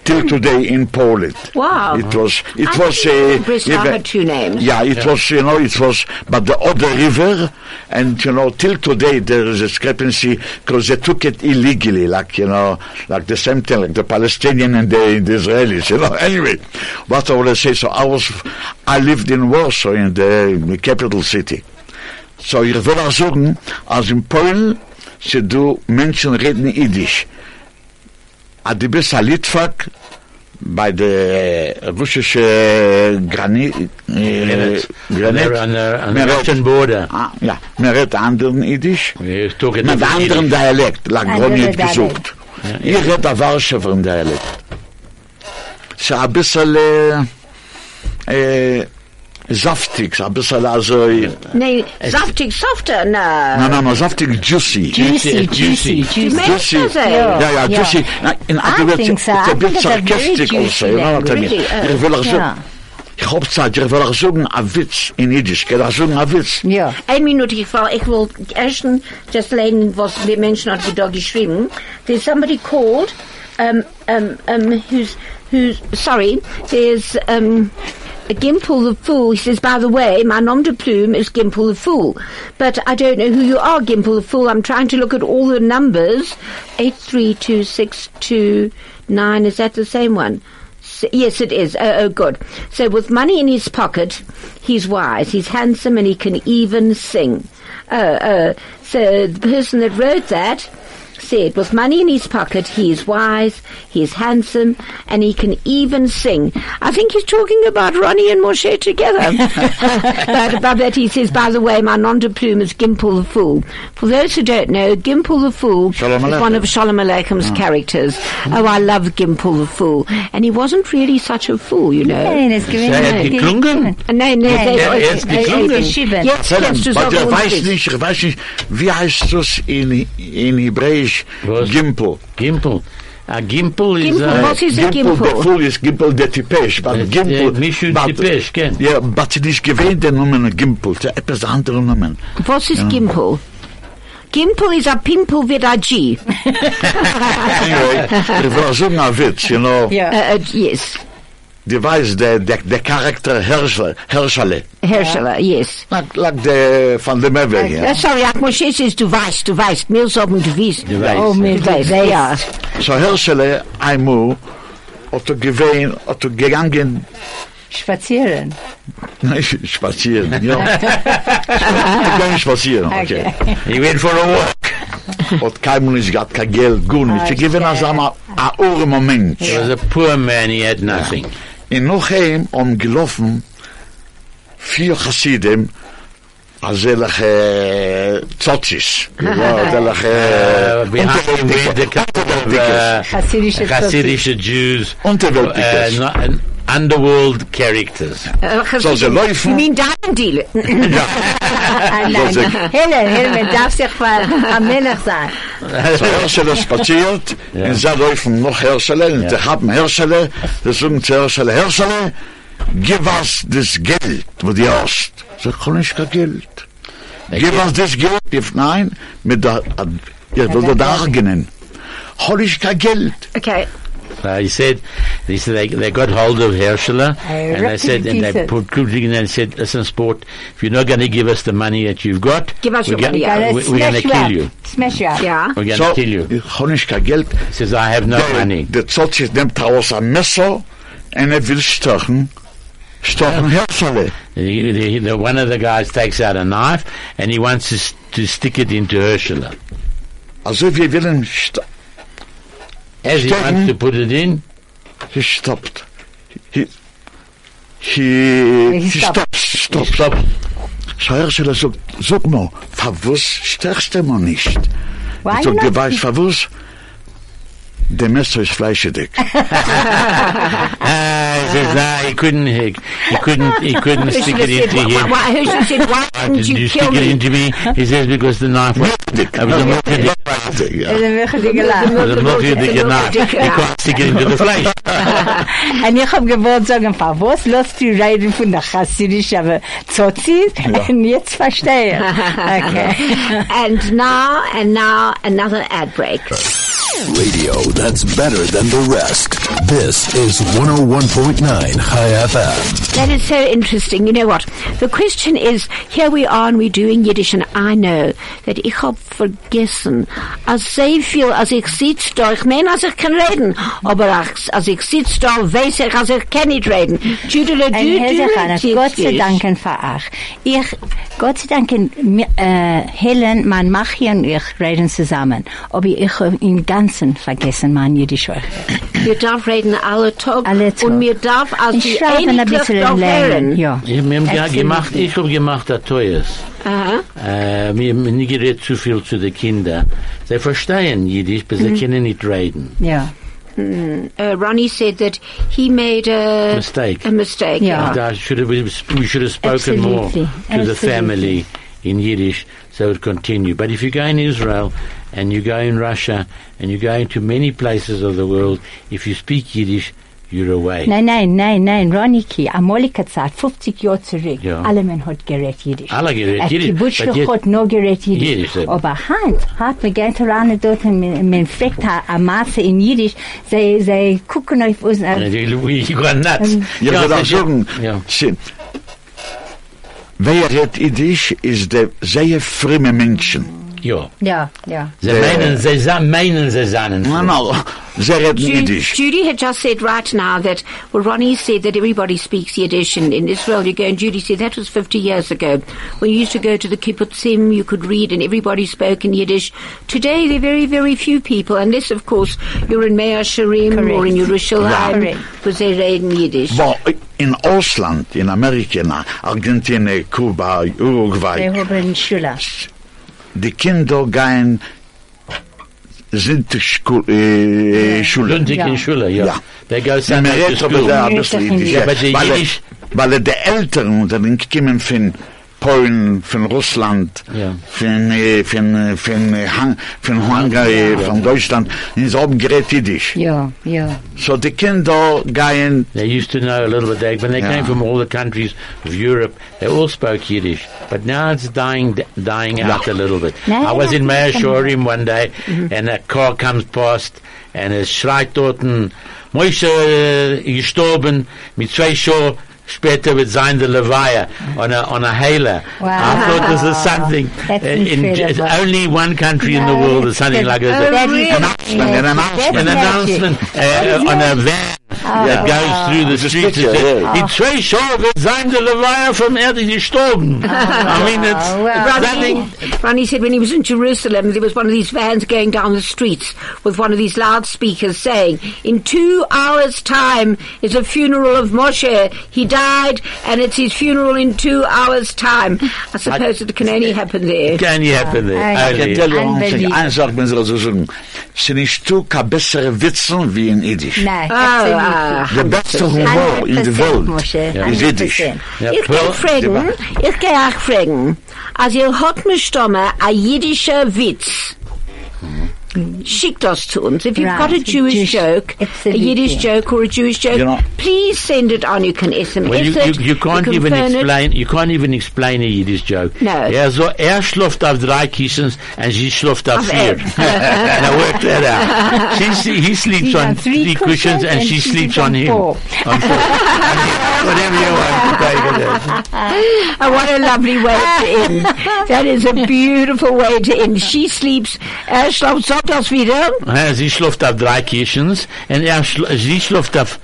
till today in Poland. Wow. It was, it I was didn't a. know Breslau had two names. Yeah, it was, you know, it was, but the other river, and, you know, till today there is a discrepancy because they took it illegally, like, you know, like the same thing, like the Palestinian and the, the Israelis, you know. Anyway, what I want to say, so I was, I lived in Warsaw, in the, in the capital city. So ich will auch sagen, als in Polen, sie du Menschen reden Yiddish. Aber du bist ein Litvak bei der russischen uh, Granit, äh, Meretz. On the- on the- on the Meretz. Russian border. Ah, ja, man redet anderen Yiddish. We took it Mit over anderem Yiddish. Dialekt, like Andere Ronny hat Dialekt. gesucht. Ich rede ein Warschewer Dialekt. So ein bisschen, äh, äh, saftig, so ein bisschen, also, Nee, saftig, uh, softer, no. Nein, nein, nein, saftig, juicy. Juicy, Juicy, juicy, juicy. You juicy. may Juicy. say. Yeah. Yeah, yeah, Yeah. juicy. Now, In I other words, think so. it's I a bit think it's a very sarcastic juicy also, you know what I mean? language, really, uh, Ich will auch yeah. sagen, ich hoffe, Zeit, ich will auch sagen, ein Witz in Jiddisch, ich will auch sagen, ein Witz. Ja. Eén minuut, ik wil, ik wil eerst just lezen wat de mensen hadden daar geschreven. There's somebody called, um, um, um, who's, who's, sorry, there's, um, Gimple the Fool. He says, by the way, my nom de plume is Gimple the Fool. But I don't know who you are, Gimple the Fool. I'm trying to look at all the numbers. 832629, is that the same one? S- Yes, it is. Oh, oh, good. So, with money in his pocket, he's wise, he's handsome, and he can even sing. Oh, oh. So, the person that wrote that said, with money in his pocket, he is wise, he is handsome, and he can even sing. I think he's talking about Ronnie and Moshe together. but above that, he says, by the way, my nom de plume is Gimple the Fool. For those who don't know, Gimple the Fool Shalom is Aleichem. one of Shalom Aleichem's characters. Oh, I love Gimple the Fool. And he wasn't really such a fool, you know. Nein, es gewinnt. Sei hat geklungen? Nein, nein, nein, er- nein, er ist nein, geklungen. nein, Geschieden. Jetzt Selim, kennst du but ich sogar weiß uns. nicht, ich weiß nicht, wie heißt das in, in Hebräisch? Was? Gimpo. Gimple. A gimple is uh, Gimple, a- what is a Gimpo, der Gimple? Fool ist Gimpo der Tipesch, Äh, weil Gimpo... äh, Mischung but- Tipesch, gell? Ja, aber sie nicht gewähnt, der Nomen Gimpo, der etwas andere Nomen. Was ist Gimple? Gimple is a pimple with a G. Anyway, ich will auch sagen, ein Witz, you know. Uh, Ja. uh, yes, Du weißt, der, der, der Charakter Herrscher, Herrscherle. Herrscher, yes. Like, like the Van der Merwe hier. Uh, sorry, at Moshe says, du weißt, du weißt, mir sagen, du weißt. Du weißt. Oh, mir weißt, ja. So Herschele, einmal, hat er gewähnt, hat er gegangen, Spazieren. nein, spazieren, ja. Er Gegangen spazieren, okay. He went for a walk. Hat kein Mann nicht gehabt, kein Geld, gut nicht. Sie gewinnen also einmal ein Ohr Moment. He was a poor man. He had nothing. In noch ein, um gelaufen, vier Chassidem, אז זה לך אה, צוציס, לא, זה לך אה, Uh, behind him were the couple of uh, Hasidische Hasidic Jews, Unterweltdickers. uh, no- an- underworld characters. So sie You laufen, mean diamond dealer? Allein. so- Helen, Helen, man darf sich mal am Melech sein. So Herrschelle spaziert, in Saar laufen noch Herrschelle, und die haben Herrschelle, die sagen zu Herrschelle, Herrschelle, gib uns das Geld, wo du hast. Sie sagen, ich kein Geld. Gib uns das Geld, if nein, mit der, ihr will das Argenen. Hol ich kein Geld. Okay. Uh, he said, he said they, they got hold of Herschler and they ripped said, it to and they pieces. put Kupchik in there and said, listen, sport, if you're not going to give us the money that you've got, Give us we're your money. going Yeah, Ah, we, to Smash you kill up. you. Smash you up. Yeah. We're going to So, kill you. ich hol ich kein Geld. He says, I have no money. Der Zotzis nimmt daraus ein Messer, und er will stochen, stochen Herrschelle. The, the, the, one of the guys takes out a knife and he wants to, s- to stick it into Herschler. Also wir wollen, sto- As he Stoppen. wants to put it in, He stopped. He, she, He she stopped. stops, stops. Stop. Scheuer sie sagt, sag mal, verwuss stärkst du mal nicht. Why ich sag, not? du weißt, verwuss, der Messer ist fleischig. Ah, he says, ah, he couldn't, he, he couldn't, he couldn't stick it She said, into why, why, him. why, she said, why Ah, didn't Did you you kill stick it me? into me? He says, because the knife was, I was a multi-dick, ja. The Und was a multi-dick multi-dick knife. You knife. can't stick it into the flesh. ich hab gewollt sagen, pa, was lässt du reden von der chassidischen Zozis? Und jetzt verstehe ich. Okay. And now, and now, another ad break. Radio that's better than the rest. This is 101.9 High FM. That is so interesting. You know what? The question is, here we are and we're doing Yiddish and I know that ich hab vergessen, als sehr viel, als ich sitz da, ich meine, als ich kann reden, aber als, als ich sitz da, weiß ich, als ich kann nicht reden. Tüdele, Ein Hesechaner, tüdele, Gott sei Dank ein Verach. Ich, Gott sei Dank, mi- äh, Helen, mein Machi und ich reden zusammen. Aber ich hab im Ganzen vergessen, mein Jiddisch euch. Wir darf reden alle Tag Alle Tag. und mir darf als Ich die schreibe ein Einigkeit bisschen darf hören. lernen. Ja. Ich hab ja Erzähl gemacht, mir. ich hab gemacht, das teuerst. Aha. Äh, wir haben nicht geredet zu viel zu den Kindern. Sie verstehen Jiddisch, aber Mhm. sie können nicht reden. Ja. Uh, Ronnie said that he made a Mistake. A mistake. Yeah. yeah. That should have, we should have spoken more to Ah. Absolutely. the Absolutely. family in Yiddish so it would continue. But if you go in Israel and you go in Russia and you go into many places of the world, if you speak Yiddish, you're away. Nein, nein, nein, nein, Roniki, amolika Zeit, 50 Jahre zurück, Ja. alle men hat gerät Jiddisch. Alle gerät Ein Jiddisch, but Kibbutzschluch yet- hat nur gerät Jiddisch. Jiddisch eben. Aber Hand, hat man geht ran dort und man man fragt ha- a Masse in Jiddisch, sie, sie gucken auf uns, And äh, if you- You go nuts. Um, Ja, Yeah, aber but auch sagen, you- yeah. sie- wer redt Jiddisch, ist der sehr fremde Menschen. Ja. ja, ja. Sie meinen, sie sa- meinen, sie seien. Nein, nein, sie reden Ju- Jiddisch. Judy had just said right now that, well, Ronnie said that everybody speaks Yiddish in, in Israel. You go, and Judy said that was 50 years ago. When you used to go to the kibbutzim, you could read and everybody spoke in Yiddish. Today, there are very, very few people, unless, of course, you're in Mea Shirim or in Yerushalayim, Correct. because they read in Yiddish. Wo, in Ausland, in Amerika, in Argentinien, Kuba, Uruguay, Wir haben Schüler. die Kinder gehen, sind die Schule. Äh, Schule. Lundig Ja. in Schule, ja. Ja. They go Man Sunday to redet aber school. da ein Ja, bisschen das Jiddisch. nicht. Ja, aber die weil, Jiddisch- weil die Eltern, die kommen von Polen, von Russland, Ja. von, äh, von, äh, von, äh, Han- von Hungary, von Deutschland, in so einem Gerät Jiddisch. Ja, ja. So die Kinder gehen They used to know a little bit, but when they Yeah. came from all the countries of Europe, they all spoke Yiddish. But now it's dying dying out a little bit. No, I was in no, Meir no. Shorim one day, Mm-hmm. and a car comes past, and es schreit dort, Moishe äh, gestorben, mit zwei Show später wird sein der Levaya on a, on a hailer. I Wow. thought this is something. That's uh, in, it's incredible. only one country in the world is something like this. Oh, That is- really? Announcement, an announcement. an announcement uh, on a van that goes through the streets. picture, and says, yeah. Die zwei Schau wird sein der Levaya vom Erde gestorben. I mean, it's wow. it's Ronnie, nothing. Ronnie said when he was in Jerusalem, there was one of these vans going down the streets with one of these loudspeakers saying, "In two hours' time is a funeral of Moshe. He died, and it's his funeral in two hours' time." I suppose it can only happen there. It can happen there. I- I can tell Only. you one Unbelievable. thing. Eine Sache, wenn Sie das so sagen. Sie nicht tun, kann bessere Witze wie in Jiddisch. Nein, Oh, absolut. ah. Der beste Humor in der 100%, Welt Moshe, ist Jiddisch. 100%. Yeah, Ich well, kann fragen, ich kann auch fragen, als ihr hat mir stomme a jüdischer Witz, schickt das zu uns. If you've Right. got a Jewish Jewish- joke, a absolutely. Yiddish joke or a Jewish joke, You know- please send it on. You can SMS Well, you, it. you, you can't can even phone it. explain. You can't even explain a Yiddish joke. No. Er, so, er schläft auf drei Kissens and she schläft auf Auf vier. now work that out. She, sle- he sleeps He's on on three three cushions cushions and and she she's sleeps on on him. four. On four. I mean, whatever you want to take it as. Oh, what a lovely way to end. That is a beautiful way to end. She sleeps, er schläft sonntags wieder. Hè, sie schläft auf drei Kirchens und er schl sie schläft auf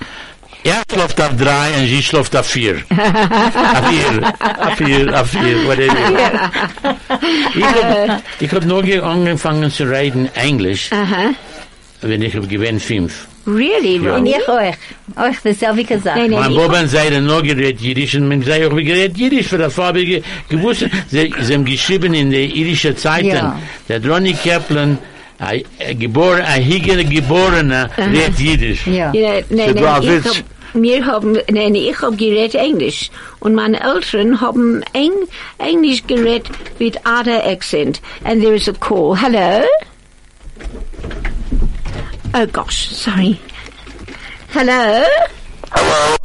er schläft auf drei und sie schläft auf vier. auf vier, auf vier, auf vier, whatever. Äh. ich hab, ich hab nur ge- angefangen zu reden Englisch. wenn ich gewinne fünf. Really, Ja. Ronnie? Ich euch. Euch dasselbe gesagt. Nein, Mein nein, Boben sei dann noch gerät Jiddisch und man sei auch wie gerät Jiddisch, für das Farbe gewusst. Sie, sie haben geschrieben in der jüdischen Zeiten, Ja. der Ronnie Kaplan, ein, ein, geboren, ein Hegel geborener, redet Jiddisch. Ja. you know, nein, Das war nein, ich Witz. hab, wir haben, nein, ich habe geredet Englisch und meine Eltern haben Eng, Englisch geredet mit other accent. And there is a call. Hello? Oh gosh, sorry. Hello? Hello.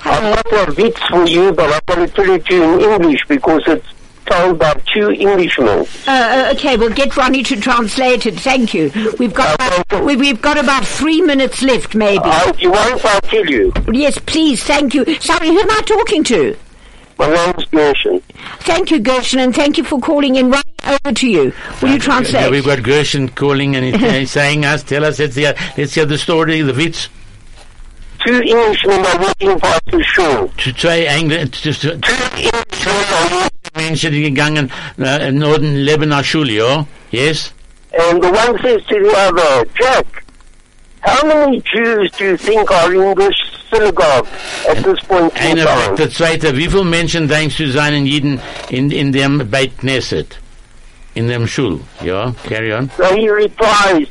Hello? I've got a bit for you, but I'm going to tell it to you in English because it's told by two Englishmen. Uh, uh, okay, well, get Ronnie to translate it. Thank you. We've got about, we, we've got about three minutes left, maybe. I, you won't, I'll tell you. yes, please. Thank you. Sorry, who am I talking to? My name's Gershon. Thank you, Gershon, and thank you for calling in. Ronnie, over to you. Will you Uh, Yeah, translate? we've got Gershon calling and he's- he's saying us, tell us, let's hear, let's hear the story, the witz. Two Englishmen are walking past the shore. Zu zwei Engl zu, zu, Two Englishmen are walking, Menschen, die gegangen äh, in Norden leben nach Schule, ja? Yes? and the one says to the other, Jack, how many Jews do you think are in this synagogue at this point in Einer fragt time? der Zweite, wie viele Menschen denkst du seien jeden in, in dem Beit Knesset? In dem Schul, ja? Carry on. So he replies,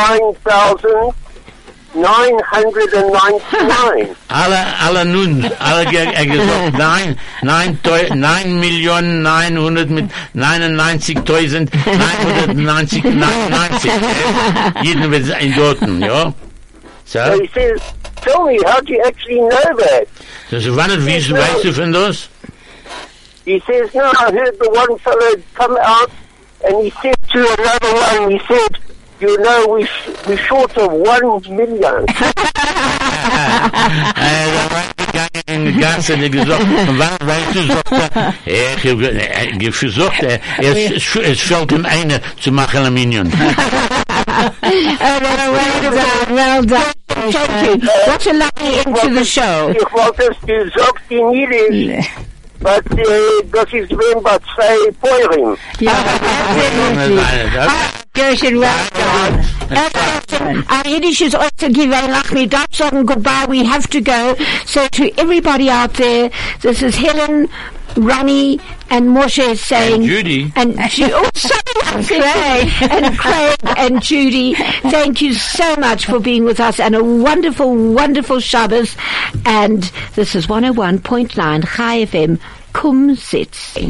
999,999. Alle, alle nun, alle ge äh, gesagt, nein, nein, teu- nein Millionen, 900 mit 99.999, jeden wird in Dorten, ja? So, So he says, Tell me, how do you actually know that? das ist wann, wie weißt du von das? He says, No, I heard the one fellow come out and he said to another one, he said, You know, we sh- we're short of one million. Äh, da war ich gegangen in die Gasse, der gesagt, und wann weißt du, sagt er, er hat ge- er hat versucht, er, es, es fällt ihm eine zu machen Äh, Aluminium. Oh, well done, well done. Thank you. What a lovely end to the show. Ich wollte es gesagt in Jiddisch, but äh, das ist wenn bei zwei Päuren. Ja. Absolutely. Ah, äh, Gershon, well done. Gershon, Our Yiddish is also given like me Dutch song goodbye. We have to go. So to everybody out there, this is Helen, Ronnie, and Moshe saying. And Judy. And Ju- oh, sorry, Craig. and Craig and Judy, thank you so much for being with us and a wonderful, wonderful oh Shabbos. And this is 101.9 Chai FM. Kum sitz.